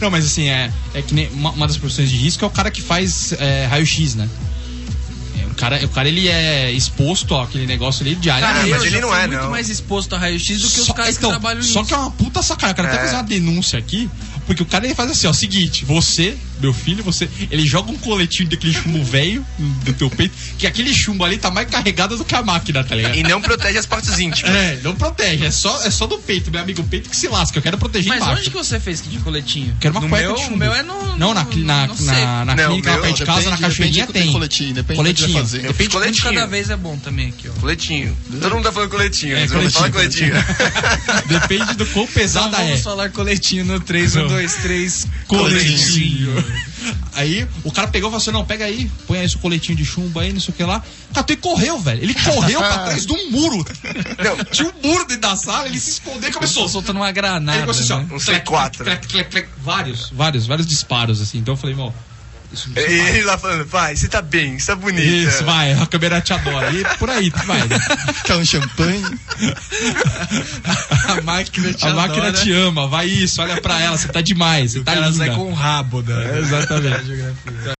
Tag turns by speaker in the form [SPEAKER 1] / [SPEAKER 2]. [SPEAKER 1] Não, mas assim, é, é que nem uma, uma das profissões de risco é o cara que faz é, raio-x, né? É, O cara, o cara, ele é exposto àquele negócio ali
[SPEAKER 2] Cara,
[SPEAKER 1] diariamente.
[SPEAKER 2] mas
[SPEAKER 3] eu
[SPEAKER 2] ele
[SPEAKER 3] já
[SPEAKER 2] não
[SPEAKER 3] fui
[SPEAKER 2] é,
[SPEAKER 3] muito
[SPEAKER 2] não.
[SPEAKER 3] mais exposto a raio-x do que os
[SPEAKER 1] Só-
[SPEAKER 3] caras
[SPEAKER 1] então,
[SPEAKER 3] que trabalham
[SPEAKER 1] Só
[SPEAKER 3] nisso.
[SPEAKER 1] que é uma puta sacanagem. Eu quero
[SPEAKER 2] É.
[SPEAKER 1] até fazer uma denúncia aqui, porque o cara ele faz assim, ó, seguinte, você, meu filho, você, ele joga um coletinho daquele chumbo velho do teu peito, que aquele chumbo ali tá mais carregado do que a máquina, tá
[SPEAKER 3] É,
[SPEAKER 1] ligado?
[SPEAKER 2] E não protege as partes
[SPEAKER 3] então.
[SPEAKER 2] íntimas.
[SPEAKER 1] É, não protege, é só, é só do peito, meu amigo, o peito que se lasca, eu quero proteger
[SPEAKER 3] Mas
[SPEAKER 1] embaixo.
[SPEAKER 3] onde que você fez que de coletinho?
[SPEAKER 1] Quero uma
[SPEAKER 3] no
[SPEAKER 1] cueca
[SPEAKER 3] meu,
[SPEAKER 1] de chumbo.
[SPEAKER 3] O meu é no...
[SPEAKER 1] Não, na, cli- na,
[SPEAKER 3] no Um
[SPEAKER 1] na, na
[SPEAKER 2] Não,
[SPEAKER 1] clínica
[SPEAKER 2] meu-
[SPEAKER 1] lá perto de casa, na
[SPEAKER 4] depende-
[SPEAKER 1] cachoeirinha
[SPEAKER 4] depende do
[SPEAKER 1] tem.
[SPEAKER 4] coletinho, depende do que
[SPEAKER 1] coletinho.
[SPEAKER 4] vai fazer.
[SPEAKER 1] Eu fiz
[SPEAKER 2] fiz
[SPEAKER 3] Um de
[SPEAKER 1] coletinho.
[SPEAKER 3] cada vez é bom também aqui, ó.
[SPEAKER 2] Coletinho. Todo mundo tá falando coletinho.
[SPEAKER 1] É,
[SPEAKER 2] mas eu vou falar coletinho.
[SPEAKER 1] Depende do quão
[SPEAKER 3] Então
[SPEAKER 1] pesada é.
[SPEAKER 3] vamos falar coletinho no um, 3, 1, 2, 3.
[SPEAKER 1] Coletinho. Aí o cara pegou e falou assim: não, pega aí, põe aí esse coletinho de chumbo aí, não sei o que lá. O Catu e correu, velho. Ele correu pra trás de um muro.
[SPEAKER 2] Não.
[SPEAKER 1] Tinha um muro dentro da sala, ele se escondeu e começou.
[SPEAKER 3] Tô soltando uma
[SPEAKER 1] Ele
[SPEAKER 3] granada,
[SPEAKER 1] começou assim, ó.
[SPEAKER 3] né?
[SPEAKER 2] Um
[SPEAKER 1] clac,
[SPEAKER 2] C4.
[SPEAKER 1] clac, clac, clac, vários, vários, vários disparos, assim. Então eu falei, meu. Isso,
[SPEAKER 2] E ele lá falando, vai, você tá bem, você tá bonita.
[SPEAKER 1] isso vai, a câmera te adora. E por aí, vai.
[SPEAKER 4] Quer um champanhe?
[SPEAKER 3] A máquina te
[SPEAKER 1] A máquina
[SPEAKER 3] adora.
[SPEAKER 1] te ama, vai isso, olha pra ela, você tá demais, você
[SPEAKER 3] O
[SPEAKER 1] tá
[SPEAKER 3] cara
[SPEAKER 1] linda.
[SPEAKER 3] sai com o rabo, né?
[SPEAKER 1] Exatamente.